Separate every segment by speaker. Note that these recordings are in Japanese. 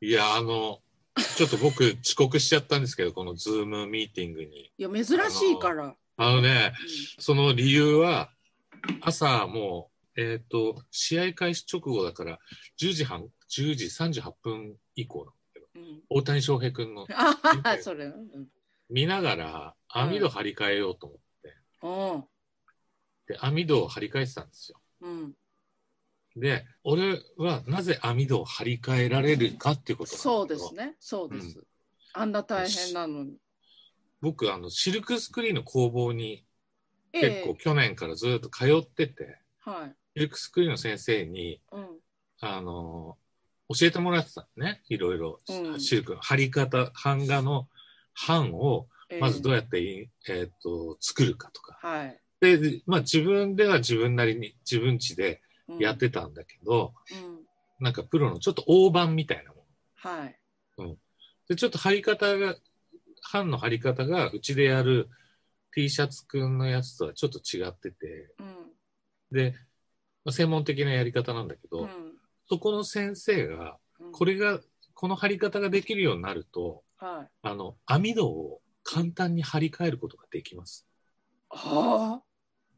Speaker 1: いや、あの、ちょっと僕、遅刻しちゃったんですけど、このズームミーティングに。
Speaker 2: いや、珍しいから。
Speaker 1: あのね、
Speaker 2: うん
Speaker 1: その理由は、朝もう、えっ、と、試合開始直後だから、10時半、10時38分以降なんだけど、
Speaker 2: うん
Speaker 1: 大谷翔平君の
Speaker 2: あははそれ。うん。
Speaker 1: 見ながら、網戸張り替えようと思って、
Speaker 2: お
Speaker 1: で、網戸を張り替えてたんですよ。
Speaker 2: ううん。
Speaker 1: で、俺はなぜ網戸を張り替えられるかっていうことなんだけど
Speaker 2: そうですね。そうです。あんな大変なのに。
Speaker 1: 僕、あの、シルクスクリーンの工房に
Speaker 2: え
Speaker 1: 結
Speaker 2: え
Speaker 1: 構去年からずっと通ってて、
Speaker 2: はい。
Speaker 1: シルクスクリーンの先生に、
Speaker 2: うん。
Speaker 1: あの教えてもらってたのね。いろいろ、
Speaker 2: うん
Speaker 1: シルクの張り方、版画の版を、
Speaker 2: ええ
Speaker 1: まずどうやってい、えっと、作るかとか。
Speaker 2: はい。
Speaker 1: で、まあ自分では自分なりに、自分家で
Speaker 2: うん
Speaker 1: やっ。てたんだけど、
Speaker 2: うん。
Speaker 1: なんかプロのちょっと大判みたいなもの。
Speaker 2: はい。
Speaker 1: で、ちょっと貼り方が、版の貼り方が、うちでやる T シャツくんのやつとはちょっと違ってて、
Speaker 2: うん。
Speaker 1: で、まあ専門的なやり方なんだけど、
Speaker 2: うん
Speaker 1: そこの先生が、
Speaker 2: うん。
Speaker 1: これが、この貼り方ができるようになると、
Speaker 2: はい。
Speaker 1: あの、網戸を簡単に貼り替えることができます。
Speaker 2: は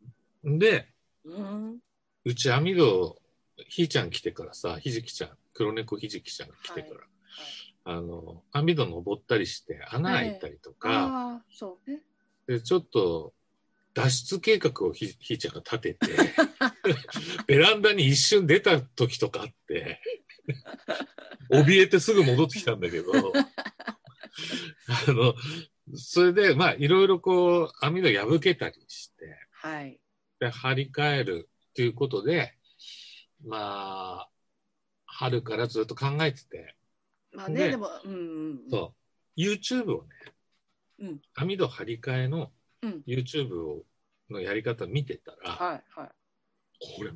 Speaker 2: あ。
Speaker 1: で、
Speaker 2: うん。
Speaker 1: うち網戸を、ひーちゃん来てからさ、ひじきちゃん、黒猫ひじきちゃんが来てから、あの、網戸登ったりして、穴開いたりとか、
Speaker 2: ああ、そうね。
Speaker 1: で、ちょっと、脱出計画をひ、ひーちゃんが立てて、 ベランダに一瞬出た時とかあって、怯えてすぐ戻ってきたんだけど、あの、それで、まあ、いろいろこう、網戸破けたりして、
Speaker 2: はい。
Speaker 1: で、張り替えるっていうことで、まあ、春からずっと考えてて、
Speaker 2: まあね、
Speaker 1: ね
Speaker 2: でも、うん。うん。
Speaker 1: そう、YouTube をね、
Speaker 2: うん
Speaker 1: 網戸張り替えの
Speaker 2: うん。
Speaker 1: YouTube をのやり方見てたら、
Speaker 2: はい。はい。
Speaker 1: これ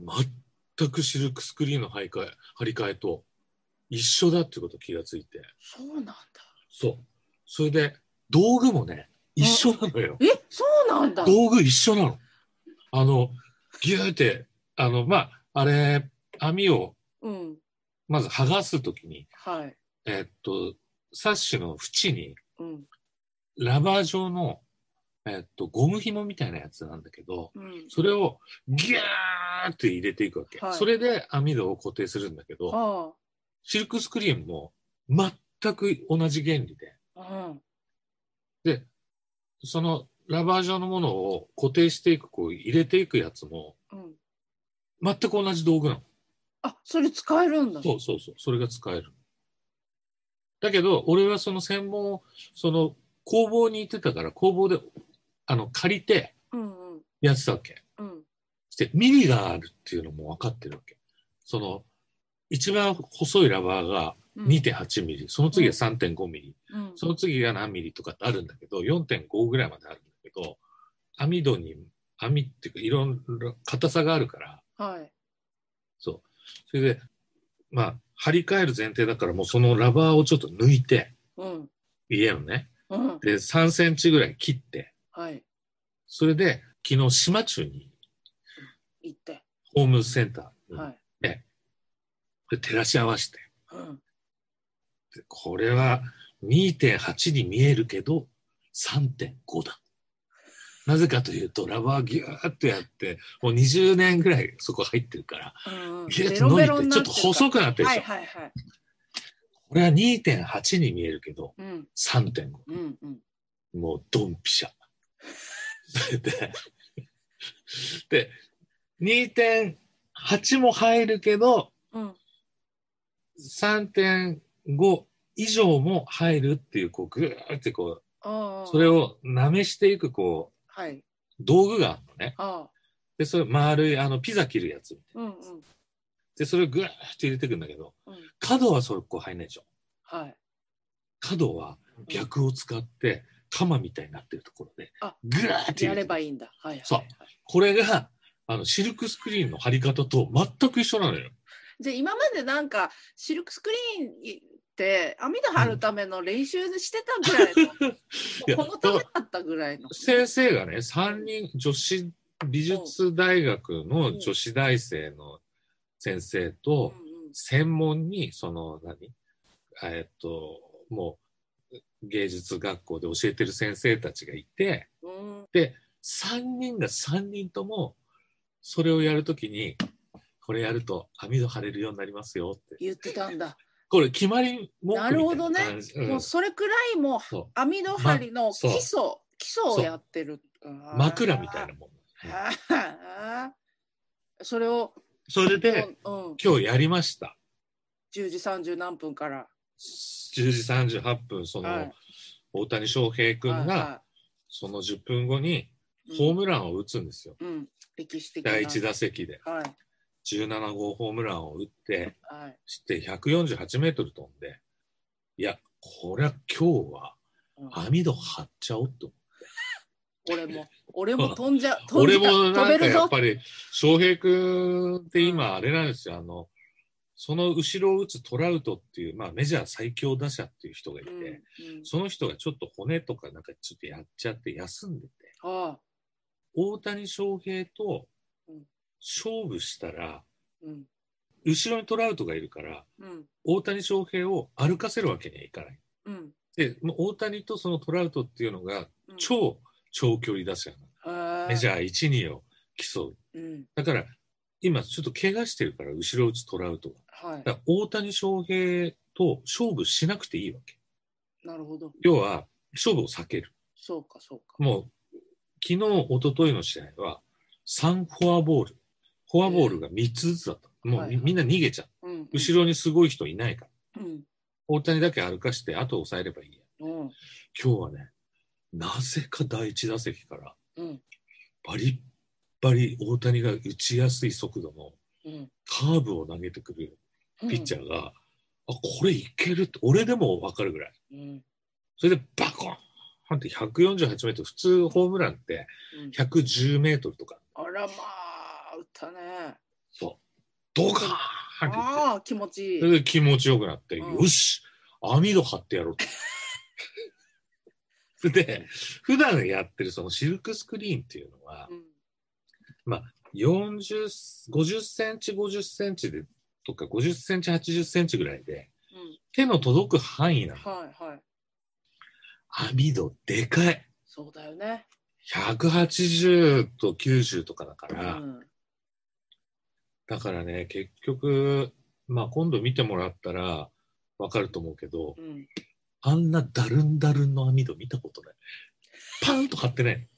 Speaker 1: 全くシルクスクリーンの張り替え、張り替えと一緒だっていうこと気がついて。
Speaker 2: そうなんだ。
Speaker 1: そう。それで、道具もね、一緒なのよ。
Speaker 2: え、そうなんだ。
Speaker 1: 道具一緒なの。あの、ギューって、あの、まあ、あれ、網を
Speaker 2: うん。
Speaker 1: まず剥がすときに、
Speaker 2: はい。
Speaker 1: えっと、サッシの縁に
Speaker 2: うん。
Speaker 1: ラバー状の、えっと、ゴム紐みたいなやつなんだけど、
Speaker 2: うん。
Speaker 1: それをギャーって入れていくわけ。
Speaker 2: はい
Speaker 1: それで網戸を固定するんだけど、
Speaker 2: あ
Speaker 1: シルクスクリーンも全く同じ原理で、
Speaker 2: あ。うん。
Speaker 1: そのラバー状のものを固定していく、こう入れていくやつも、
Speaker 2: うん。
Speaker 1: 全く同じ道具な
Speaker 2: あ、それ使えるんだ。
Speaker 1: の。そうそうそう。それが使える。だけど、俺はその専門を、その工房に行ってたから、工房で、あの、借りて
Speaker 2: うんうん
Speaker 1: やってたわけ。
Speaker 2: うん
Speaker 1: して、ミリがあるっていうのも分かってるわけ。その、一番細いラバーが
Speaker 2: うん。
Speaker 1: 2.8ミリ、その次が3.5ミリ、
Speaker 2: うん。
Speaker 1: その次が何ミリとかってあるんだけど、4.5ぐらいまであるんだけど、網戸に、網っていうか、いろんな硬さがあるから、
Speaker 2: はい。
Speaker 1: そう。それで、まあ、張り替える前提だから、もうそのラバーをちょっと抜いて、
Speaker 2: うん。
Speaker 1: 家をね、
Speaker 2: うん。
Speaker 1: で、3センチぐらい切って、
Speaker 2: はい。
Speaker 1: それで、昨日島中に、
Speaker 2: 行って。
Speaker 1: ホームセンターに、
Speaker 2: はい。
Speaker 1: で照らし合わせて、
Speaker 2: うん。
Speaker 1: でこれは2.8に見えるけど3.5だ。なぜかというと、ラバーギューってやって、もう20年ぐらいそこ入ってるから、
Speaker 2: うんうん。
Speaker 1: ギューっ
Speaker 2: ベ
Speaker 1: て
Speaker 2: ロ
Speaker 1: 伸
Speaker 2: ベロ
Speaker 1: び
Speaker 2: に
Speaker 1: て、
Speaker 2: な
Speaker 1: ちょっ
Speaker 2: て
Speaker 1: と
Speaker 2: るから
Speaker 1: 細くなってるで
Speaker 2: は
Speaker 1: し
Speaker 2: い
Speaker 1: ょ。
Speaker 2: はいはい。
Speaker 1: これは2.8に見えるけど
Speaker 2: うん
Speaker 1: 3.5。
Speaker 2: うんうん。
Speaker 1: もうドンピシャ。 それで、で、2.8も入るけど、
Speaker 2: うん。
Speaker 1: 3.5以上も入るっていう、こう、ぐーってこう、
Speaker 2: ああ。
Speaker 1: それ
Speaker 2: を。
Speaker 1: を舐めしていく、こ
Speaker 2: はい。
Speaker 1: う、道具があるのね。
Speaker 2: ああ。
Speaker 1: で、それ丸い、あの、ピザ切るやつみたいな。
Speaker 2: うんうん。
Speaker 1: で、それをぐーって入れていくんだけど、
Speaker 2: うん。
Speaker 1: 角はそこ入んないでしょ。
Speaker 2: はい。
Speaker 1: 角は逆を使って、鎌みたいになってるところで
Speaker 2: あ、
Speaker 1: ぐーって
Speaker 2: や
Speaker 1: 入れ
Speaker 2: れ
Speaker 1: ていく。
Speaker 2: ばいいんだ。はいはい。
Speaker 1: そう
Speaker 2: はい。
Speaker 1: これが、あの、シルクスクリーンの貼り方と全く一緒なのよ。
Speaker 2: じゃあ今までなんかシルクスクリーンって網戸張るための練習してたぐらいの、
Speaker 1: いや
Speaker 2: このためだったぐらいの。
Speaker 1: 先生がね、3人、女子、美術大学の女子大生の先生と、
Speaker 2: うんうん
Speaker 1: 専門に、その何、えっと、もう芸術学校で教えてる先生たちがいて、
Speaker 2: うん。
Speaker 1: 3人が3人とも、それをやるときに、これやると網戸張れるようになりますよって。
Speaker 2: 言ってたんだ。
Speaker 1: これ決まり文句みたい
Speaker 2: なるほどね
Speaker 1: 感じうん
Speaker 2: もうそれくらいもう
Speaker 1: そ
Speaker 2: 網戸張りの基礎、基礎をやってる。
Speaker 1: う枕みたいなもん。
Speaker 2: な。それを、
Speaker 1: それで、
Speaker 2: うん、
Speaker 1: 今日やりました。
Speaker 2: 10時30何分から。
Speaker 1: 10時38分、その、
Speaker 2: はい
Speaker 1: 大谷翔平君が、
Speaker 2: はいは
Speaker 1: その10分後に
Speaker 2: い
Speaker 1: ホームランを打つんですよ。
Speaker 2: うん、うん、歴史的な。
Speaker 1: 第1打席で。
Speaker 2: はい、
Speaker 1: 17号ホームランを打って、
Speaker 2: はい。
Speaker 1: して148メートル飛んで、いや、こりゃ今日は
Speaker 2: うん
Speaker 1: 網戸張っちゃおうと。
Speaker 2: 俺も、俺も飛んじゃ、飛ん じ
Speaker 1: 俺
Speaker 2: ゃ
Speaker 1: も
Speaker 2: 飛
Speaker 1: なん
Speaker 2: べ
Speaker 1: か
Speaker 2: る
Speaker 1: や
Speaker 2: ぞ
Speaker 1: っ。ぱり、翔平君って
Speaker 2: うん
Speaker 1: 今あれなんですよ、あの、その後ろを打つトラウトっていう、まあメジャー最強打者っていう人がいて、
Speaker 2: うん、うん
Speaker 1: その人がちょっと骨とかなんかちょっとやっちゃって休んでて、
Speaker 2: ああ、
Speaker 1: 大谷翔平と
Speaker 2: うん
Speaker 1: 勝負したら、
Speaker 2: うん、
Speaker 1: 後ろにトラウトがいるから、
Speaker 2: うん、
Speaker 1: 大谷翔平を歩かせるわけにはいかない。
Speaker 2: うん。
Speaker 1: で、もう大谷とそのトラウトっていうのが
Speaker 2: うん、
Speaker 1: 超長距離打者なの、メジ
Speaker 2: ャ
Speaker 1: ャー1、2を競う。
Speaker 2: ー。うん、
Speaker 1: だから、今ちょっと怪我してるから、後ろ打つトラウトが。
Speaker 2: は
Speaker 1: だから大谷翔平と勝負しなくていいわけ。
Speaker 2: い。なるほど。
Speaker 1: 要は、勝負を避ける。
Speaker 2: そうか、そうか。
Speaker 1: もう、昨日、一昨日の試合は、3フォアボール。フォアボールが3つずつだった。もうみ,、
Speaker 2: はいはい
Speaker 1: んな逃げちゃう。
Speaker 2: うん、うん
Speaker 1: 後ろにすごい人いないから。
Speaker 2: うん、
Speaker 1: 大谷だけ歩かして、あと抑えればいいや。
Speaker 2: うん、
Speaker 1: 今日はね、なぜか第1打席から、
Speaker 2: うん、
Speaker 1: バリッバリ大谷が打ちやすい速度の
Speaker 2: うん。
Speaker 1: カーブを投げてくるピッチ
Speaker 2: ャー。
Speaker 1: ャーが、あこれいけるって俺でも分かるぐらい
Speaker 2: うん、
Speaker 1: それでバコーンって148メートル普通ホームランって
Speaker 2: うん。
Speaker 1: 110メートルとか
Speaker 2: あらまあ、打ったね。
Speaker 1: そうドカーンって言って
Speaker 2: ああ、気持ちい
Speaker 1: それ
Speaker 2: い。
Speaker 1: で気持ちよくなって、
Speaker 2: うん
Speaker 1: よし網戸張ってやろう ってそれで普段やってるそのシルクスクリーンっていうのは、
Speaker 2: うん、
Speaker 1: 40 50センチ50センチでとか50センチ80センチぐらいで
Speaker 2: うん、
Speaker 1: 手の届く範囲なの
Speaker 2: はい、はい。
Speaker 1: 網戸でかい
Speaker 2: そうだよね。
Speaker 1: 180と90とかだか
Speaker 2: う
Speaker 1: ら、
Speaker 2: ん、
Speaker 1: だからね結局まあ今度見てもらったらわかると思うけど
Speaker 2: うん。
Speaker 1: あんなだるんだるんの網戸見たことないパンと張って ない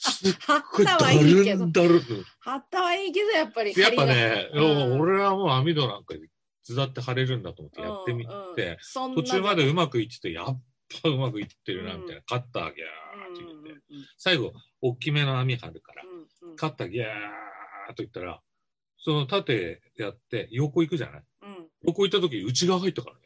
Speaker 2: 張っ
Speaker 1: これ
Speaker 2: た
Speaker 1: だ
Speaker 2: はいいけ
Speaker 1: る
Speaker 2: ど
Speaker 1: ん、だるん
Speaker 2: 張ったはいいけど、やっぱり。
Speaker 1: やっぱね、
Speaker 2: 針がうん
Speaker 1: 俺はもう網戸なんかいつだって貼れるんだと思って
Speaker 2: 針
Speaker 1: や
Speaker 2: が、
Speaker 1: ってみて、
Speaker 2: うんうんそんな
Speaker 1: 途中までうまくいっててやっぱうまくいってるなみたいな、
Speaker 2: う
Speaker 1: カッターギ
Speaker 2: うん
Speaker 1: ャーって言
Speaker 2: うん
Speaker 1: っ
Speaker 2: う
Speaker 1: て、
Speaker 2: んうん
Speaker 1: 最後大きめの網張るから、
Speaker 2: うんうん
Speaker 1: カッターギャーと言ったらその縦やって横行くじゃない
Speaker 2: うん
Speaker 1: 横行った時内側入った からね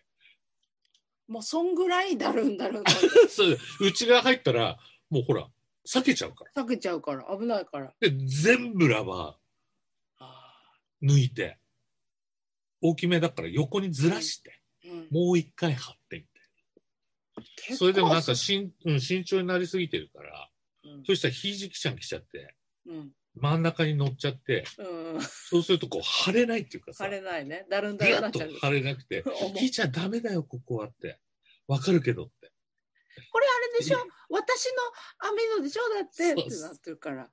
Speaker 2: もうそんぐらいだるんだるんだ
Speaker 1: そう内側入ったらもうほら避けちゃうから
Speaker 2: 避けちゃうから危ないから
Speaker 1: で全部ラバ
Speaker 2: あ
Speaker 1: ー抜いて大きめだから横にずらして、
Speaker 2: ー、うん、
Speaker 1: もう一回張ってみたいな
Speaker 2: 結構
Speaker 1: それでもなんかしん、うん、慎重になりすぎてるから、
Speaker 2: うん
Speaker 1: そしたらひいじきちゃん来ちゃって、
Speaker 2: うん
Speaker 1: 真ん中に乗っちゃって、
Speaker 2: うん
Speaker 1: そうするとこう、腫れないっていうかさ、
Speaker 2: 晴
Speaker 1: ぐ
Speaker 2: れないねだるんだるん
Speaker 1: わ
Speaker 2: な
Speaker 1: っ
Speaker 2: っ
Speaker 1: と
Speaker 2: ちゃうこ
Speaker 1: 腫れなくて
Speaker 2: 重い、
Speaker 1: ひいちゃんダメだよ、ここはって。わかるけどって。
Speaker 2: れあれでしょ私の網戸でしょだってっ
Speaker 1: そう
Speaker 2: てなってるから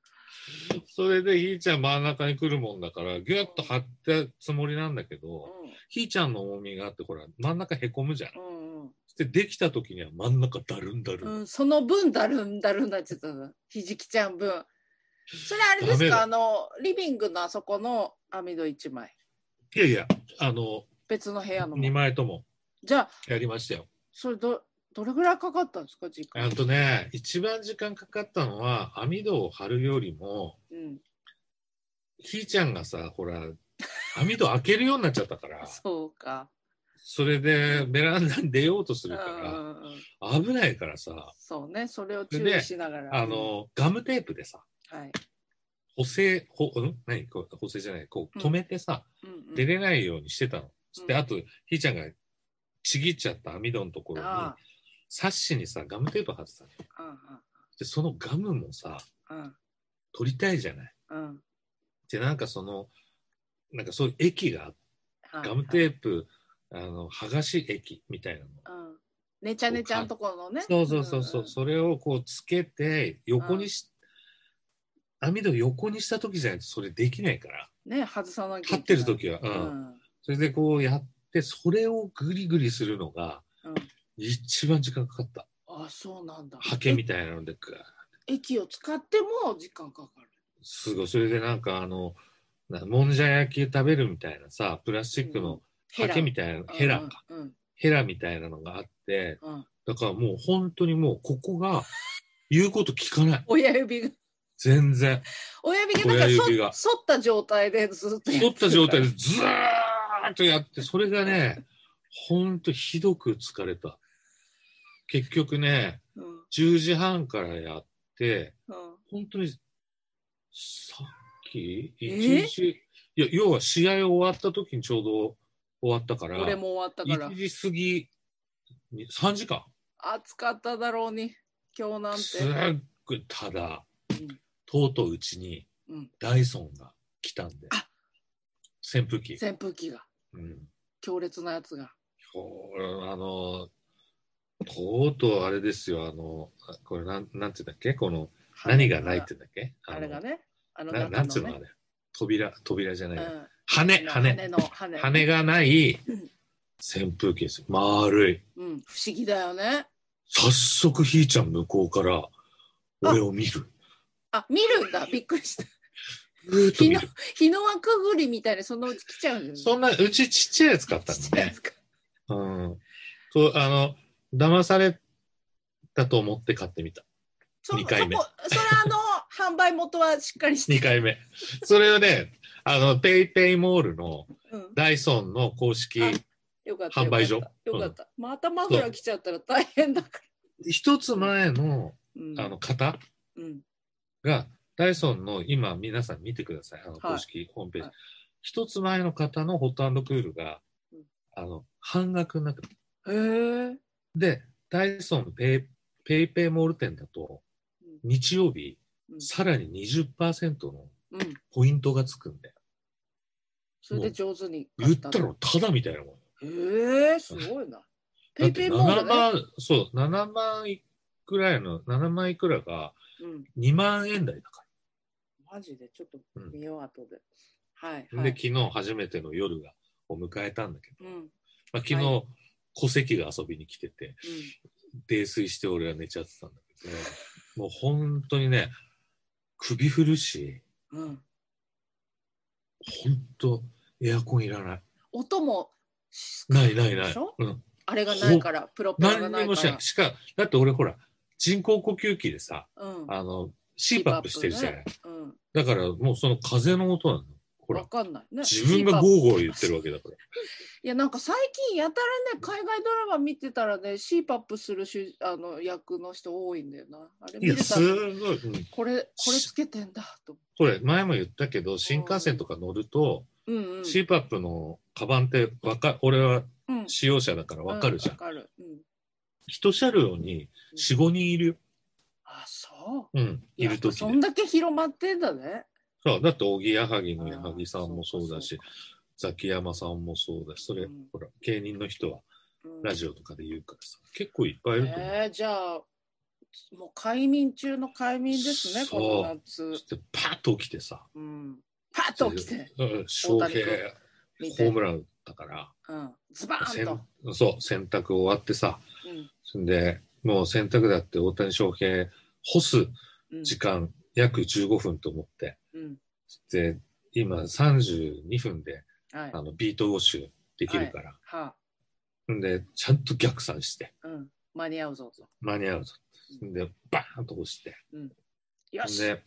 Speaker 1: それでひいちゃん真ん中に来るもんだから、ぎゅっと張ったつもりなんだけど、ひいちゃんの重みがあって、ほら、真ん中へこむじゃん
Speaker 2: う。んうん
Speaker 1: で、できた時には真ん中だるんだる。
Speaker 2: うんん、うん、その分だるんだるんなっちゃったのひじきちゃん分それあれで
Speaker 1: ダ
Speaker 2: す
Speaker 1: メだ
Speaker 2: かあのリビングのあそこの網戸一枚
Speaker 1: いやいや、あの、
Speaker 2: 別の部屋の
Speaker 1: 2
Speaker 2: も
Speaker 1: 枚とも
Speaker 2: じゃあ
Speaker 1: やりましたよ。
Speaker 2: それどどれぐらいかかったんですか時間
Speaker 1: あとね、一番時間かかったのは、網戸を張るよりも、
Speaker 2: うん
Speaker 1: ひーちゃんがさ、ほら、網戸開けるようになっちゃったから、
Speaker 2: そうか。
Speaker 1: それでベランダに出ようとす
Speaker 2: うん
Speaker 1: る
Speaker 2: う
Speaker 1: か
Speaker 2: んうん
Speaker 1: ら、危ないからさ、
Speaker 2: そうね、それを
Speaker 1: そ
Speaker 2: 注
Speaker 1: れで
Speaker 2: 意しながら。
Speaker 1: あの、ガムテープでさ、
Speaker 2: はい。
Speaker 1: 補正、ほ、うん何こう補正じゃない、こう
Speaker 2: うん
Speaker 1: 止めてさ、
Speaker 2: うんうん
Speaker 1: 出れないようにしてたの。
Speaker 2: うん
Speaker 1: で、あと、ひーちゃんがちぎっちゃった網戸のところに、
Speaker 2: あ
Speaker 1: サッシにさ、ガムテープ貼ってたの。
Speaker 2: あ、
Speaker 1: で、そのガムもさ、
Speaker 2: うんうん
Speaker 1: 取りたいじゃない。
Speaker 2: うんうん
Speaker 1: で、なんかその、なんかそういう液が、
Speaker 2: はい
Speaker 1: ガムテープ、あの、剥がし液みたいなの。
Speaker 2: うん。ねちゃねちゃんとこのね。
Speaker 1: そうそうそうそう、
Speaker 2: んん
Speaker 1: それをこうつけて、横にし、網戸を横にした時じゃないとそれできないから、
Speaker 2: ね、外さなき
Speaker 1: 立
Speaker 2: ゃいけない。
Speaker 1: ってる時は。うん。
Speaker 2: うん。
Speaker 1: それでこうやって、それをぐりぐりするのが、
Speaker 2: うん
Speaker 1: 一番時間かかった。
Speaker 2: あ、そうなんだ。
Speaker 1: ハケみたいなので、ぐー
Speaker 2: え液を使っても時間かかる。
Speaker 1: すごい。それでなんかあの、なもんじゃ焼き食べるみたいなさ、プラスチックのハケみたいな、ヘラか。
Speaker 2: うんうん
Speaker 1: ヘラみたいなのがあって、
Speaker 2: うんうん。
Speaker 1: だからもう本当にもうここが言うこと聞かない。
Speaker 2: 親指が、
Speaker 1: 全然。
Speaker 2: 親指がなん
Speaker 1: 親
Speaker 2: か
Speaker 1: 指が
Speaker 2: そ反った状態でずっとやって
Speaker 1: 取った状態でずーっとやって、それがね、本当ひどく疲れた。結局ね、
Speaker 2: うんうん
Speaker 1: 10時半からやって、本当に、さっき、1日、いや、要は試合終わった時にちょうど終わったから、
Speaker 2: 俺も終わったから。
Speaker 1: 1時過ぎに、3時間。
Speaker 2: 暑かっただろうに、今日なんて。
Speaker 1: すっごい、ただ、とうとううちに
Speaker 2: うんうん
Speaker 1: ダイソンが来たんで
Speaker 2: あ、
Speaker 1: 扇風機。
Speaker 2: 扇風機が、
Speaker 1: うん
Speaker 2: 強烈なやつが。
Speaker 1: これあの、とうとうあれですよ、あの、これなん、なんていうんだっけこの、何がないっていうんだっけ
Speaker 2: あれが
Speaker 1: ね。
Speaker 2: ね、あの
Speaker 1: な
Speaker 2: 中
Speaker 1: なんつう
Speaker 2: の
Speaker 1: のあ
Speaker 2: ね
Speaker 1: れ。扉、扉じゃないや。
Speaker 2: うん
Speaker 1: 羽、羽。
Speaker 2: 羽の羽
Speaker 1: 羽がない
Speaker 2: うん
Speaker 1: 扇風機ですよ。丸い。
Speaker 2: うん、不思議だよね。
Speaker 1: 早速、ひーちゃん向こうから、俺を見る。
Speaker 2: あ、見るんだ。びっくりした。
Speaker 1: ぐーっと見
Speaker 2: 日の
Speaker 1: る。
Speaker 2: 日の輪くぐりみたいな、そのうち来ちゃうんだよね
Speaker 1: そんな、うちちっちゃいやつ買ったん
Speaker 2: ち
Speaker 1: だ
Speaker 2: っちゃいや
Speaker 1: ね。
Speaker 2: つか
Speaker 1: うん。と、あの、騙されたと思って買ってみた。
Speaker 2: そ
Speaker 1: 二回目
Speaker 2: そこそれあの販売元はしっかりして
Speaker 1: 2回目。それをね、 あの、ペイペイモールの
Speaker 2: うん、
Speaker 1: ダイソンの公式、
Speaker 2: あよかった
Speaker 1: 販売所
Speaker 2: よかったよかった、またマフラー来ちゃったら大変だから
Speaker 1: 一つ前の、
Speaker 2: うん
Speaker 1: あの、型
Speaker 2: うん
Speaker 1: が、ダイソンの今皆さん見てください。あの、
Speaker 2: はい
Speaker 1: 公式ホームページ
Speaker 2: はい。
Speaker 1: 一、つ前の型のホットクールが
Speaker 2: うん、
Speaker 1: あの、半額になってる
Speaker 2: へえ
Speaker 1: で、ダイソンペイペイペイモール店だと、日曜日、
Speaker 2: うん
Speaker 1: さらに20%の
Speaker 2: うん
Speaker 1: ポイントがつくんで、
Speaker 2: それで上手に買
Speaker 1: 言ったらただみたいなもん。
Speaker 2: へえすごいなペ
Speaker 1: だっ
Speaker 2: イペ
Speaker 1: て
Speaker 2: イモー
Speaker 1: 7
Speaker 2: ルね、
Speaker 1: 万、そう、7万いくらいの、7万いくらが
Speaker 2: うん、
Speaker 1: 2万円台だか
Speaker 2: マジでちょっと
Speaker 1: うん
Speaker 2: 見よう後で、はい
Speaker 1: ら。
Speaker 2: は
Speaker 1: で、
Speaker 2: い
Speaker 1: 昨日初めての夜が、を迎えたんだけど、
Speaker 2: うんうん
Speaker 1: まあ、昨日、
Speaker 2: は
Speaker 1: 戸籍が遊びに来てて、泥酔して俺は寝ちゃってたんだけど、もう本当にね、首振るし、
Speaker 2: うん、
Speaker 1: 本当エアコンいらない。
Speaker 2: 音もし
Speaker 1: ないないな
Speaker 2: で
Speaker 1: い
Speaker 2: しょ。
Speaker 1: うん。
Speaker 2: あれがないからプロペラが
Speaker 1: 何
Speaker 2: な
Speaker 1: に
Speaker 2: いか
Speaker 1: もしな
Speaker 2: ら
Speaker 1: い。しか、だって俺ほら、人工呼吸器でさ、
Speaker 2: うん
Speaker 1: あの、CPAP してるじゃない。
Speaker 2: うん
Speaker 1: だからもうその風の音なの。ほら
Speaker 2: わ、かんないね
Speaker 1: 自分がゴーゴー言ってるわけだから。
Speaker 2: いやなんか最近やたらね海外ドラマ見てたらね CPAP する主あの役の人多いんだよなあれ
Speaker 1: い
Speaker 2: 見
Speaker 1: や、
Speaker 2: てた
Speaker 1: す
Speaker 2: ら
Speaker 1: ごい。うん
Speaker 2: これこれつけてんだと
Speaker 1: これ、前も言ったけど、新幹線とか乗ると、
Speaker 2: 思ううんうん
Speaker 1: CPAP のカバンってわか、俺は
Speaker 2: うん
Speaker 1: 使用者だからわかるじゃん
Speaker 2: う。わかる、うん、
Speaker 1: 一車両に4、5人いるよ。
Speaker 2: あそう
Speaker 1: うん、いるとき
Speaker 2: そんだけ広まってんだね
Speaker 1: そう、だって、おぎやはぎの矢
Speaker 2: あー
Speaker 1: 作さんもそうだ
Speaker 2: そう
Speaker 1: し
Speaker 2: か、
Speaker 1: ザキヤマさんもそうだし、それ、
Speaker 2: うん
Speaker 1: ほら、芸人の人はラジ
Speaker 2: オ
Speaker 1: オとかで言うからさ、結構いっぱいいると思う。
Speaker 2: えー、じゃあもう快眠中の快眠ですね
Speaker 1: そう
Speaker 2: この夏
Speaker 1: そして、パッと起きてさ、
Speaker 2: うんパッと起きて
Speaker 1: うん翔平、
Speaker 2: 見
Speaker 1: ホー
Speaker 2: て
Speaker 1: ムラン打ったから、
Speaker 2: うんズバー
Speaker 1: せ
Speaker 2: ンと
Speaker 1: んそう、洗濯終わってさ、
Speaker 2: うん
Speaker 1: そんで、もう洗濯だって大谷翔平、干す
Speaker 2: うん
Speaker 1: 時間約15分と思って、
Speaker 2: うん
Speaker 1: で、今32分で、
Speaker 2: はい
Speaker 1: あの、ビートウォッシュできるから、
Speaker 2: は
Speaker 1: んで、ちゃんと逆算して、
Speaker 2: あうん間に合うぞと
Speaker 1: 間に合うぞ。んで、バーンと押して、
Speaker 2: よ
Speaker 1: ん
Speaker 2: し、
Speaker 1: で、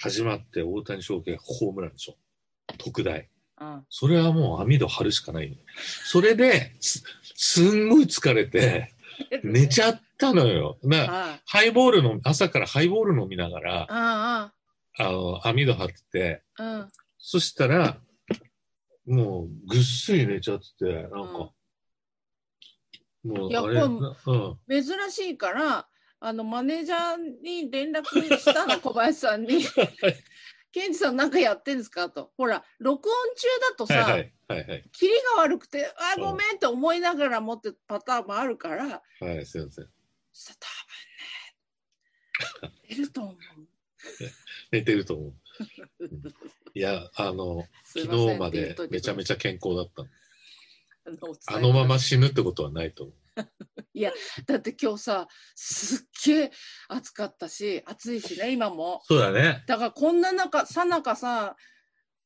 Speaker 1: 始まって大谷翔平ホームランでしょ。特大。
Speaker 2: うん
Speaker 1: それはもう網戸張るしかないよね。それで、す、すんごい疲れて、寝ちゃったのよ。な、
Speaker 2: はい
Speaker 1: ハイボールの、朝からハイボール飲みながら、
Speaker 2: あ
Speaker 1: あの、網戸張ってて、
Speaker 2: あ、うん。
Speaker 1: そしたら、もうぐっすり寝ちゃってて、なんか、も
Speaker 2: いうや
Speaker 1: あれ、
Speaker 2: こ
Speaker 1: な
Speaker 2: れ
Speaker 1: うん。
Speaker 2: 珍しいから、 あのマネージャーに連絡したの、小林さんに。ケンジさんなんかやってんですかと。ほら、録音中だとさ、
Speaker 1: はいはいはい
Speaker 2: キリが悪くて、あ、
Speaker 1: うん
Speaker 2: ごめんって思いながら持ってるパターンもあるから、
Speaker 1: はいはいすいません
Speaker 2: さ多 分ね、出ると思う。
Speaker 1: 寝てると思ういやあの
Speaker 2: すいません
Speaker 1: 昨日までめちゃめちゃ健康だったの
Speaker 2: あのお伝え
Speaker 1: あのまま死ぬってことはないと思う
Speaker 2: だって今日さすっげえ暑かったし暑いしね今も
Speaker 1: そうだね
Speaker 2: だからこんな中さなかさ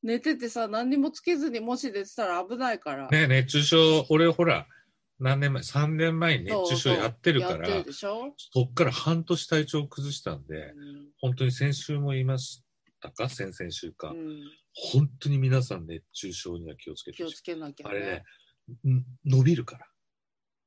Speaker 2: 寝ててさ何にもつけずにもし出てたら危ないから、
Speaker 1: ね熱中症俺ほら何年前3年前に熱中症やってるか
Speaker 2: やっ
Speaker 1: ら
Speaker 2: てるでしょ、
Speaker 1: そっから半年体調を崩したん
Speaker 2: う
Speaker 1: で
Speaker 2: ん
Speaker 1: 本当に先週も言いましたか先々週か、
Speaker 2: うん
Speaker 1: 本当に皆さん熱中症には気をつけて
Speaker 2: 気
Speaker 1: ほ
Speaker 2: を
Speaker 1: しい
Speaker 2: つけなきゃ、
Speaker 1: あれねん伸びるから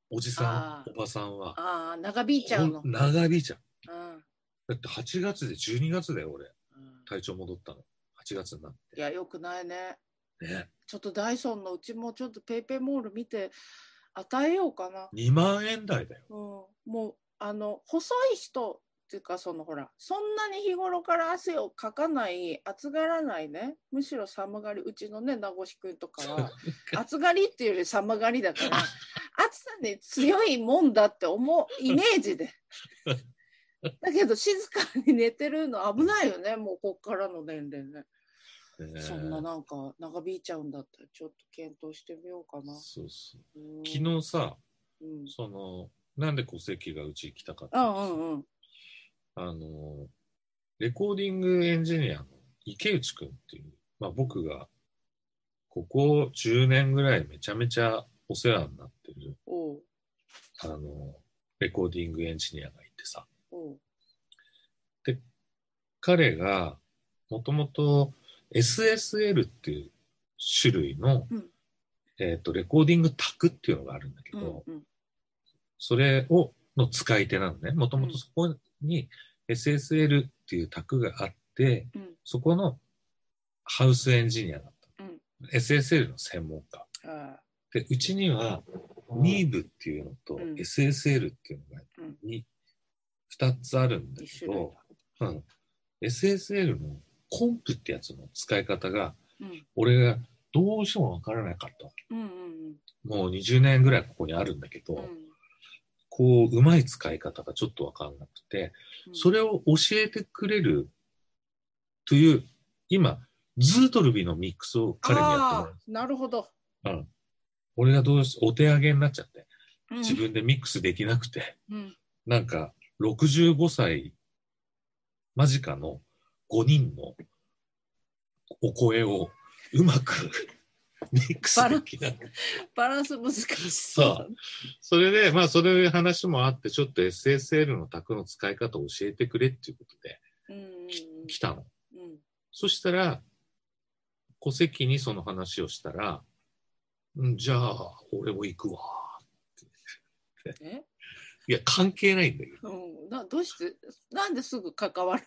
Speaker 1: おじさ
Speaker 2: あ
Speaker 1: んおばさんは
Speaker 2: ああ長引いちゃうの
Speaker 1: ほん長引いちゃう
Speaker 2: うん
Speaker 1: だって8月で12月だよ俺
Speaker 2: うん
Speaker 1: 体調戻ったの8月になっ
Speaker 2: いやよくないね
Speaker 1: てね
Speaker 2: ちょっとダイソンのうちもちょっとペイペイモール見て与えようかな
Speaker 1: 2万円台だよ
Speaker 2: うん、もうあの細い人っていうかそのほらそんなに日頃から汗をかかない暑がらないねむしろ寒がりうちのね名越くんとかは暑がりっていうより寒がりだから暑さに強いもんだって思うイメージでだけど静かに寝てるの危ないよねもうこっからの年齢ね、
Speaker 1: ね
Speaker 2: そんななんか長引いちゃうんだったらちょっと検討してみようかな、
Speaker 1: そうそう
Speaker 2: うん
Speaker 1: 昨日さ
Speaker 2: うん
Speaker 1: そのなんで戸籍がうち来たかって
Speaker 2: う
Speaker 1: いうんと
Speaker 2: うんうん
Speaker 1: あのレコーディングエンジニアの池内くんっていう、まあ、僕がここ10年ぐらいめちゃめちゃお世話になってる
Speaker 2: おう
Speaker 1: あの、レコーディングエンジニアがいてさ、
Speaker 2: おう
Speaker 1: 彼がもともと SSL っていう種類の、
Speaker 2: うん
Speaker 1: えっ、と、レコーディングタクっていうのがあるんだけ
Speaker 2: う
Speaker 1: ど、
Speaker 2: んうん
Speaker 1: それを、の使い手なのね。もともとそこに SSL っていうタクがあって、
Speaker 2: うん
Speaker 1: そこのハウスエンジニアだった。
Speaker 2: うん
Speaker 1: SSL の専門家。
Speaker 2: あ
Speaker 1: で、うちには、ニーブっていうのと
Speaker 2: うん
Speaker 1: SSL っていうのが
Speaker 2: うん
Speaker 1: に2つあるん
Speaker 2: あ
Speaker 1: だ
Speaker 2: 一
Speaker 1: け
Speaker 2: 種類
Speaker 1: ど、うん、SSL のコンプってやつの使い方が
Speaker 2: うん
Speaker 1: 俺がどうしてもわからなかった。
Speaker 2: うんうん
Speaker 1: もう20年ぐらいここにあるんだけど、
Speaker 2: うん
Speaker 1: こう、うまい使い方がちょっとわかんなくて、
Speaker 2: うん。
Speaker 1: それ
Speaker 2: を
Speaker 1: を教えてくれるという、今、ズートルビのミックスを彼にやってもらう。
Speaker 2: なるほど。
Speaker 1: 俺がどうし、お手上げになっちゃって、
Speaker 2: うん
Speaker 1: 自分でミックスできなくて、
Speaker 2: うん
Speaker 1: なんか、65歳間近の5人のお声をうまく ミックスできなく
Speaker 2: バランス難しそう
Speaker 1: それで、まあ、そういう話もあって、ちょっと SSL の卓の使い方を教えてくれっていうことで
Speaker 2: だね。うん
Speaker 1: 来たの。
Speaker 2: うんうん
Speaker 1: そしたら、戸籍にその話をしたら、うんじゃあ、俺も行くわ。
Speaker 2: え
Speaker 1: いや、関係ないんだけど。
Speaker 2: うんなどうしてなんですぐ関わる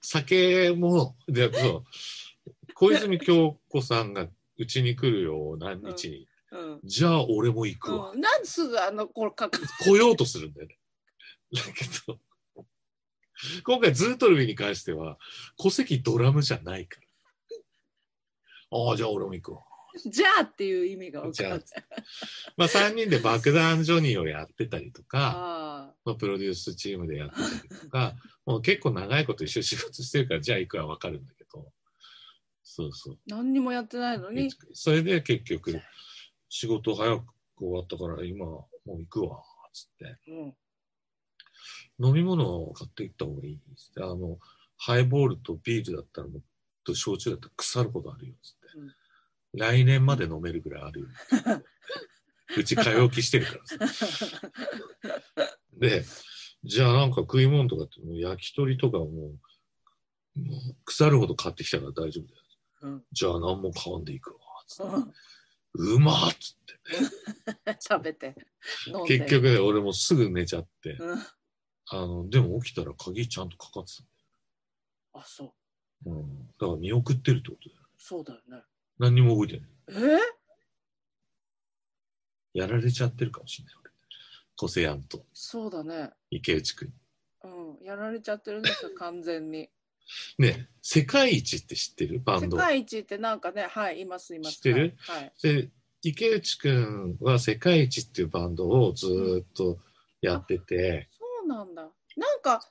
Speaker 1: 酒も、で、そう、小泉京子さんがうちに来るよ、何日に。
Speaker 2: うん
Speaker 1: じゃあ俺も行くわ。
Speaker 2: うんなんですぐあのこれ関わる
Speaker 1: 来ようとするんだよね。だけど、今回ズートルビに関しては、戸籍ドラムじゃないから。ああ、じゃあ俺も行くわ。
Speaker 2: じゃあっていう意味が分かんない。
Speaker 1: まあ3人で爆弾ジョニーをやってたりとか、
Speaker 2: あ
Speaker 1: まあ、プロデュースチームでやってたりとか、 もう結構長いこと一緒に仕事してるから、じゃあ行くはわかるんだけど。そうそう。
Speaker 2: ー何にもやってないのに。
Speaker 1: それで結局、仕事早く終わったから今もう行くわ、つって。
Speaker 2: うん
Speaker 1: 飲み物を買って行った方がいいっつって。あの、ハイボールとビールだったらもっと焼酎だったら腐ることあるよ、つって。
Speaker 2: うん
Speaker 1: 来年まで飲めるぐらいあるよ。 うち買い置きしてるからさ。で、じゃあなんか食い物とかって、もう焼き鳥とかもう、もう腐るほど買ってきたから大丈夫だよ。
Speaker 2: うん
Speaker 1: じゃあ何も買わんでいくわ、つって。
Speaker 2: うん
Speaker 1: うまっつって。
Speaker 2: 食べて飲んで
Speaker 1: 結局ね、俺もすぐ寝ちゃって、
Speaker 2: うん
Speaker 1: あの、でも起きたら鍵ちゃんとかかって
Speaker 2: あそう
Speaker 1: た。うん。だから見送ってるってことだよ。
Speaker 2: そうだよね
Speaker 1: 何にも動いてない。
Speaker 2: えー
Speaker 1: やられちゃってるかもしれない、俺。コセヤンと
Speaker 2: そうだね
Speaker 1: 池内くんに。
Speaker 2: うんやられちゃってるんですよ完全に
Speaker 1: ね、世界一って知ってるバン
Speaker 2: 世
Speaker 1: ド。
Speaker 2: 界一ってなんかね、はい、います、います。
Speaker 1: 知ってる
Speaker 2: はいはい。
Speaker 1: で、池内くんは世界一っていうバンドをずーっとやってて、
Speaker 2: そうなんだ。なんか、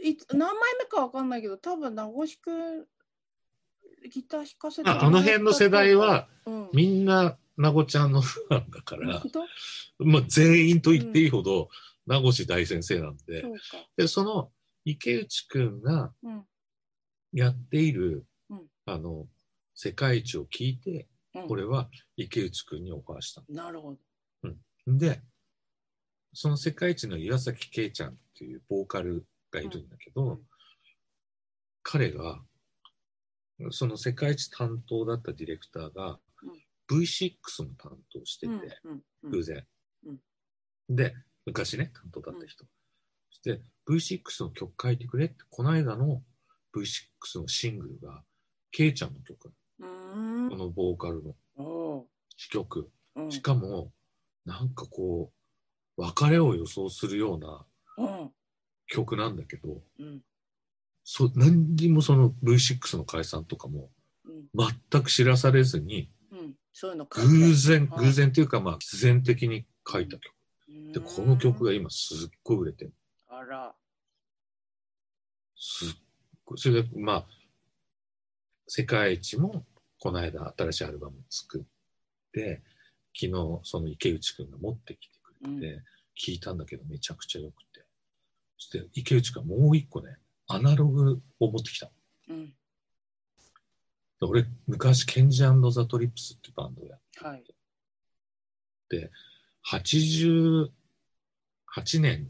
Speaker 2: いつ何枚目かわかんないけど、多分名越くん、ギター弾かせてもらった
Speaker 1: ああの辺の世代は
Speaker 2: と思う、うん、
Speaker 1: みんな、なごちゃんのファンだから
Speaker 2: 本、当
Speaker 1: まあ、全員と言っていいほど、名越大先生なんで
Speaker 2: そ、うか。
Speaker 1: で、その池内くんが
Speaker 2: うん。
Speaker 1: やっている、
Speaker 2: うん
Speaker 1: あの、世界一を聞いて、
Speaker 2: うん、
Speaker 1: これは池内くんにオファーした
Speaker 2: なるほど。
Speaker 1: の。で、その世界一の岩崎圭ちゃんっていうボーカルがいるんだけど、
Speaker 2: うんうん
Speaker 1: 彼が、その世界一担当だったディレクターが、V6 も担当してて、
Speaker 2: うんうんう
Speaker 1: 偶
Speaker 2: ん、
Speaker 1: 然。
Speaker 2: うん
Speaker 1: で、昔ね、担当だった人。そして V6 の曲書いてくれって、この間の V6 のシングルが、ケイちゃんの曲、
Speaker 2: う
Speaker 1: こ
Speaker 2: ーん。
Speaker 1: のボーカルの
Speaker 2: お
Speaker 1: 詞曲。
Speaker 2: ーうん
Speaker 1: しかも、なんかこう、別れを予想するような
Speaker 2: うん
Speaker 1: 曲なんだけど、
Speaker 2: うん
Speaker 1: そう何にもその V6 の解散とかも
Speaker 2: うん
Speaker 1: 全く知らされずに、
Speaker 2: うんそういうの書いて
Speaker 1: 偶然、
Speaker 2: うん
Speaker 1: 偶然というか、まあ、必然的に書いた曲。で、
Speaker 2: うーん
Speaker 1: この曲が今すっごい売れてる。
Speaker 2: あら、
Speaker 1: すっごい。それで、まあ、世界一も、この間新しいアルバムを作って、昨日、その池内くんが持ってきてく
Speaker 2: う
Speaker 1: れ
Speaker 2: ん
Speaker 1: て、聞いたんだけど、めちゃくちゃ良くて。そして、池内くんがもう一個ね、アナログを持ってきたの。
Speaker 2: うん、
Speaker 1: で俺、昔、ケンジザ・トリップスってバンドをやっ
Speaker 2: はい、
Speaker 1: て、88年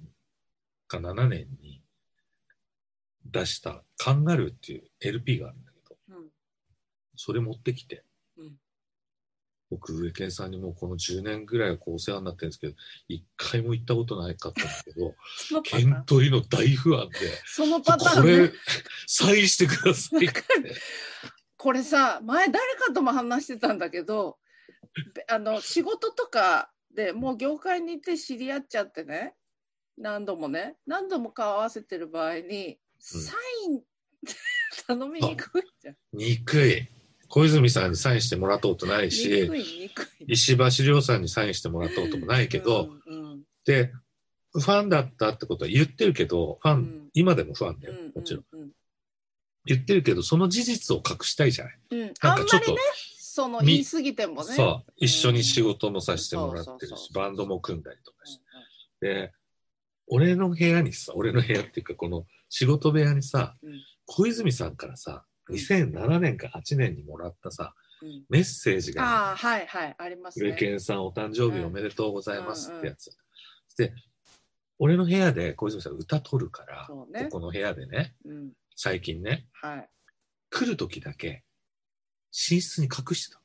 Speaker 1: か7年に出したカンガルーっていう LP があるんだけど、
Speaker 2: うん、
Speaker 1: それ持ってきて、
Speaker 2: うん
Speaker 1: 僕、上健さんにもうこの10年ぐらいはこうお世話になってるんですけど、一回も行ったことないかったんだ けど、
Speaker 2: そのパタ
Speaker 1: ケ
Speaker 2: ー
Speaker 1: ン
Speaker 2: ン、
Speaker 1: トリの大不安で、
Speaker 2: そのパター
Speaker 1: こ
Speaker 2: ンね、
Speaker 1: れ、サインしてくださいって。
Speaker 2: これさ前誰かとも話してたんだけどべあの仕事とかでもう業界にいて知り合っちゃってね何度もね何度も顔合わせてる場合に
Speaker 1: うん
Speaker 2: サイン、頼みにくいじゃん。
Speaker 1: 憎い。小泉さんにサインしてもらったことない
Speaker 2: に
Speaker 1: し
Speaker 2: く、いにくい。
Speaker 1: 石橋亮さんにサインしてもらったこともないけど、
Speaker 2: うんうん
Speaker 1: で、ファンだったってことは言ってるけど、ファン、
Speaker 2: うん
Speaker 1: 今でもファンだ
Speaker 2: う
Speaker 1: よ
Speaker 2: ん、
Speaker 1: もちろん。。
Speaker 2: うん
Speaker 1: 言ってるけど、その事実を隠したいじゃない。
Speaker 2: うん、
Speaker 1: な
Speaker 2: あ
Speaker 1: んか
Speaker 2: んまり
Speaker 1: ちょっと
Speaker 2: ね、その
Speaker 1: み
Speaker 2: 言い過ぎてもね。
Speaker 1: そう、一緒に仕事もさせてもらっ
Speaker 2: うん
Speaker 1: て
Speaker 2: そ
Speaker 1: る
Speaker 2: うそう
Speaker 1: し、
Speaker 2: そう
Speaker 1: バンドも組んだりとかして。で、俺の部屋にさ、俺の部屋っていうか、この仕事部屋にさ、
Speaker 2: うん
Speaker 1: 小泉さんからさ、
Speaker 2: うん
Speaker 1: 2007年か8年にもらったさ、
Speaker 2: うんうん
Speaker 1: メッセージ
Speaker 2: うん
Speaker 1: が、
Speaker 2: ああ、はいはい、あります
Speaker 1: 上
Speaker 2: ね。
Speaker 1: 健さんお誕生日
Speaker 2: うん
Speaker 1: おめでとうございますってやつ。で、俺の部屋で小泉さん歌取るから、こ
Speaker 2: そうね
Speaker 1: この部屋でね、
Speaker 2: うん、
Speaker 1: 最近ね、
Speaker 2: はい。
Speaker 1: 来る時だけ、寝室に隠してた。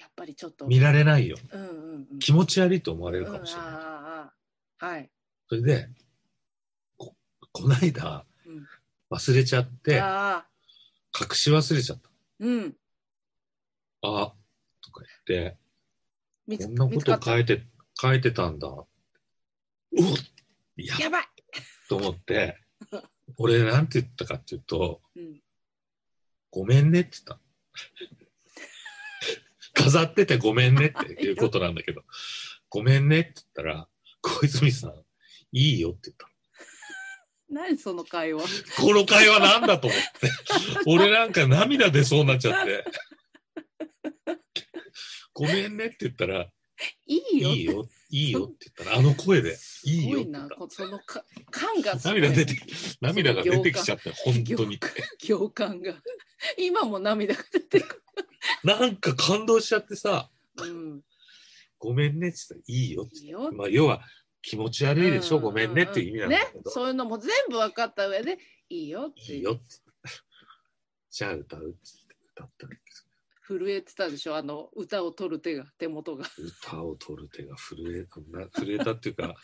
Speaker 2: やっぱりちょっと。
Speaker 1: 見られないよ。
Speaker 2: うんうんうん。
Speaker 1: 気持ち悪いと思われるかもしれ
Speaker 2: うん、
Speaker 1: ない。
Speaker 2: ああああはい。
Speaker 1: それで、こ、こないだ
Speaker 2: うん、
Speaker 1: 忘れちゃって、
Speaker 2: ああ、
Speaker 1: 隠し忘れちゃっ
Speaker 2: うん。
Speaker 1: た。あ、とか言っ
Speaker 2: 見
Speaker 1: て、
Speaker 2: つ
Speaker 1: こんなこ
Speaker 2: 見つか
Speaker 1: と
Speaker 2: った
Speaker 1: 書いて、書いてたんだ。うおやっ
Speaker 2: やばい。
Speaker 1: と思って、俺なんて言ったかっていうと、
Speaker 2: うん。
Speaker 1: ごめんねって言った。 飾っててごめんねっていうことなんだけど、ごめんねって言ったら、小泉さん、いいよって言った。
Speaker 2: 何その会話。
Speaker 1: この会話なんだと思っ て。俺なんか涙出そうになっちゃって。ごめんねって言ったら、
Speaker 2: い
Speaker 1: い
Speaker 2: いよ。
Speaker 1: いよ、いいよって言ったら、あの声で、い
Speaker 2: す
Speaker 1: い
Speaker 2: ご
Speaker 1: よって
Speaker 2: い
Speaker 1: 言
Speaker 2: な
Speaker 1: っ、た。
Speaker 2: こそのか感がすごい
Speaker 1: 涙出て、涙が出てきちゃって、本当に。
Speaker 2: 行間が。今も涙が出てく
Speaker 1: なんか感動しちゃってさ、
Speaker 2: る。うん。
Speaker 1: ごめんねって言ったら、いいよって
Speaker 2: いいよ。
Speaker 1: まあ、要は気持ち悪いでしょ、
Speaker 2: うん
Speaker 1: ごめんねっていう意味なんだけ
Speaker 2: ね
Speaker 1: ど、
Speaker 2: そういうのも全部分かった上でいいよって
Speaker 1: いいよって。じゃあ歌うって歌ったんだ
Speaker 2: 震えてたでしょあの歌を取る手が手元が
Speaker 1: けど歌を取る手が震えたな震えたっていうか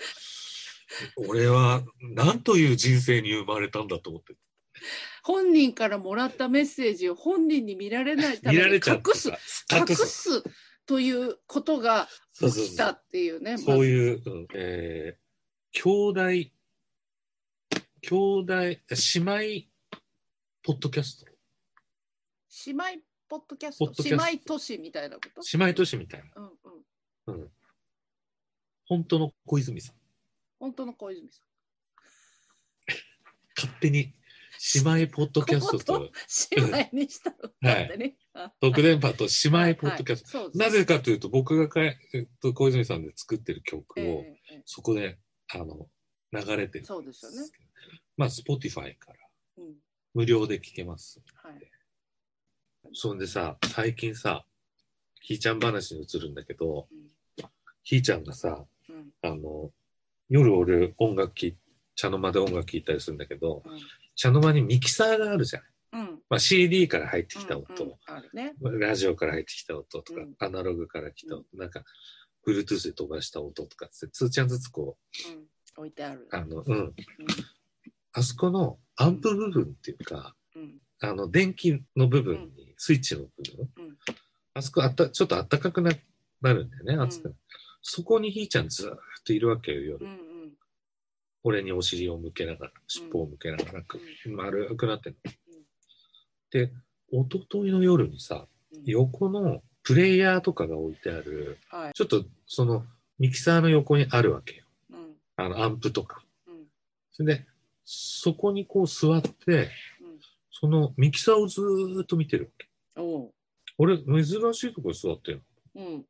Speaker 1: 俺は何という人生に生まれたんだと思って
Speaker 2: 本人からもらったメッセージを本人に見られないた
Speaker 1: 見
Speaker 2: め
Speaker 1: ら
Speaker 2: に
Speaker 1: れちゃっ
Speaker 2: 隠
Speaker 1: て
Speaker 2: す
Speaker 1: さ
Speaker 2: 隠
Speaker 1: 隠す
Speaker 2: すということが
Speaker 1: そう
Speaker 2: 起
Speaker 1: そう
Speaker 2: き
Speaker 1: そ
Speaker 2: た
Speaker 1: う
Speaker 2: っていうね
Speaker 1: そう
Speaker 2: う
Speaker 1: いう、うんえー兄弟兄弟、姉妹、ポッドキャス
Speaker 2: 姉妹ポッドキャスト
Speaker 1: ポッドキ
Speaker 2: 姉
Speaker 1: ャスト
Speaker 2: 妹都市みたいなこと
Speaker 1: ト。姉妹都市みたいな。
Speaker 2: うんうん
Speaker 1: 本当の小泉さん。
Speaker 2: 本当の小泉さん
Speaker 1: 勝手に姉妹ポッドキャスト、
Speaker 2: こと姉妹にしたの
Speaker 1: はい
Speaker 2: だってねあ
Speaker 1: 特連波と姉妹ポッドキャスト。
Speaker 2: はいそうです
Speaker 1: なぜかというと、僕がかえ、えっと、小泉さんで作ってる曲を、
Speaker 2: えええ
Speaker 1: そこで、あの、流れて
Speaker 2: え
Speaker 1: る。
Speaker 2: そうですよね
Speaker 1: まあ、Spotify から
Speaker 2: うん
Speaker 1: 無料で聴けます。
Speaker 2: はい
Speaker 1: そんでさ、最近さ、ひーちゃん話に移るんだけど、
Speaker 2: うん
Speaker 1: ひーちゃんがさ、
Speaker 2: うん
Speaker 1: あの、夜俺音楽聴い茶の間で音楽聴いたりするんだけど、
Speaker 2: うん
Speaker 1: 茶の間にミキサーがあるじゃん。
Speaker 2: うん
Speaker 1: まあ、CD から入ってきた
Speaker 2: うんうん
Speaker 1: 音、
Speaker 2: あるね
Speaker 1: ラジオから入ってきた音とか、
Speaker 2: うん
Speaker 1: アナログから来た音、なんか、Bluetooth で飛ばした音とかって、2ちゃんずつこ
Speaker 2: うん置いてある
Speaker 1: う、あの、うん、
Speaker 2: うん
Speaker 1: あそこのアンプ部分っていうか、
Speaker 2: うん
Speaker 1: あの、電気の部分に、スイッチの部分、
Speaker 2: うん
Speaker 1: あそこあった、ちょっと暖かくななるんだよね、
Speaker 2: ん
Speaker 1: 暑くなる。そこにひーちゃんずーっといるわけよ、
Speaker 2: う
Speaker 1: 夜。
Speaker 2: んうん
Speaker 1: 俺にお尻を向けながら、尻尾を向けながら、丸くなってんの
Speaker 2: うん。
Speaker 1: で、一昨日の夜にさ、
Speaker 2: うん
Speaker 1: 横のプレイヤーとかが置いてある、
Speaker 2: はい
Speaker 1: ちょっとそのミキサーの横にあるわけよ。
Speaker 2: うん
Speaker 1: あのアンプとか。
Speaker 2: うん
Speaker 1: それで、そこにこう座って、
Speaker 2: うん
Speaker 1: そのミキサーをずーっと見てるわけ。
Speaker 2: おう
Speaker 1: 俺、珍しいとこに座ってる
Speaker 2: うん
Speaker 1: の。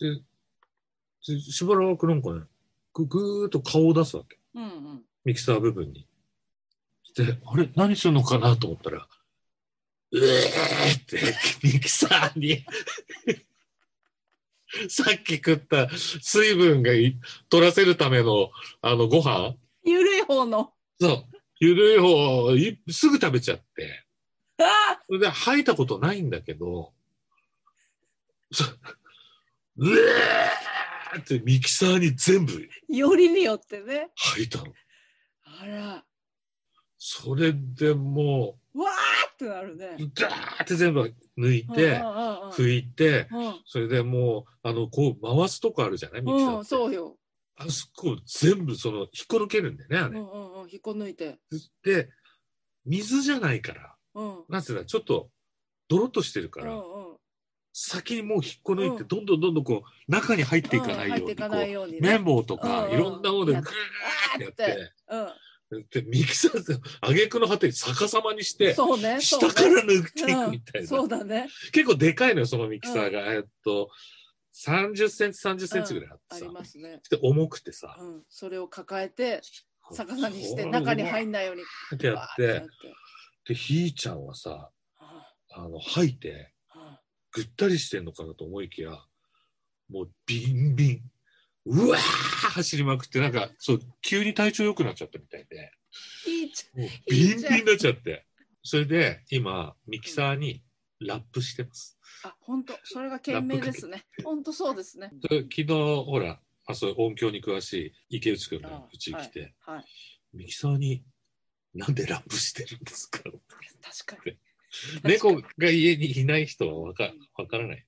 Speaker 1: で、でしばらくなんかね、ぐぐーっと顔を出すわけ。
Speaker 2: うんうん
Speaker 1: ミキサー部分に。で、あれ、何するのかなと思ったら、うえーって、ミキサーに、さっき食った水分がい取らせるための、あの、ご飯
Speaker 2: ゆるい方の
Speaker 1: そう。ゆるい方い、すぐ食べちゃって。
Speaker 2: あ
Speaker 1: それで吐いたことないんだけど、そううえーってミキサーに全部
Speaker 2: ーよりによってね
Speaker 1: 吐いたの。
Speaker 2: あら
Speaker 1: それでもう、
Speaker 2: わーってなるね。
Speaker 1: ダーって全部抜いて、
Speaker 2: う
Speaker 1: 拭いて、
Speaker 2: んうん
Speaker 1: それでもう、あの、こう回すとこあるじゃないミ
Speaker 2: う
Speaker 1: キ
Speaker 2: ん
Speaker 1: サ
Speaker 2: う
Speaker 1: ー
Speaker 2: ん、うん
Speaker 1: って。
Speaker 2: そうよ。
Speaker 1: あそこ全部その、引っこ抜けるんだよね、あ
Speaker 2: うんう
Speaker 1: れ。
Speaker 2: んうん、引っこ抜いて。
Speaker 1: で、水じゃないから、
Speaker 2: うん。うん
Speaker 1: なんつうの、ちょっと、ドロッとしてるか
Speaker 2: う
Speaker 1: ら、
Speaker 2: ん。
Speaker 1: 先にもう引っこ抜いて、
Speaker 2: うん
Speaker 1: どんどんどんどんこう、中に入っていかないよ
Speaker 2: 入
Speaker 1: う
Speaker 2: って
Speaker 1: に、
Speaker 2: い
Speaker 1: こ、
Speaker 2: かないうようにね。
Speaker 1: 綿棒とか、
Speaker 2: うん
Speaker 1: いろんなものでグーってやって、で、ミキサーで、挙句の果てに逆さまにし
Speaker 2: う
Speaker 1: て
Speaker 2: ん。、そうね。
Speaker 1: 下
Speaker 2: そうね
Speaker 1: から抜いていくみたい
Speaker 2: うん
Speaker 1: な。
Speaker 2: そうだね。
Speaker 1: 結構でかいのよ、そのミキサーが。えっと、30センチ、30センチぐらいあって
Speaker 2: あ
Speaker 1: さ。
Speaker 2: りますね。
Speaker 1: で重くてさ
Speaker 2: う。ん。それを抱えて、逆さにして、
Speaker 1: こう
Speaker 2: 中に入
Speaker 1: うわ
Speaker 2: んないように。
Speaker 1: ーってや
Speaker 2: わー
Speaker 1: っ
Speaker 2: ってやって
Speaker 1: て、で、ひーちゃんはさ、
Speaker 2: は
Speaker 1: あの、吐いて、
Speaker 2: あはあ
Speaker 1: ぐったりしてんのかなと思いきや、もうビンビン。うわー走りまくって、なんか、そう、急に体調良くなっちゃったみたいで、
Speaker 2: いいち
Speaker 1: もうビンビンになっちゃって。それで、今、ミキサーにラップしてます。
Speaker 2: ゃん。あ、本当それが賢明ですね。本当そうですね。
Speaker 1: それ昨日、ほら、あ、そう、音響に詳しい池内くんがうちに来て、
Speaker 2: はい。
Speaker 1: ミキサーになんでラップしてるんですか
Speaker 2: 確かに。
Speaker 1: 猫が家にいない人はわかわからない。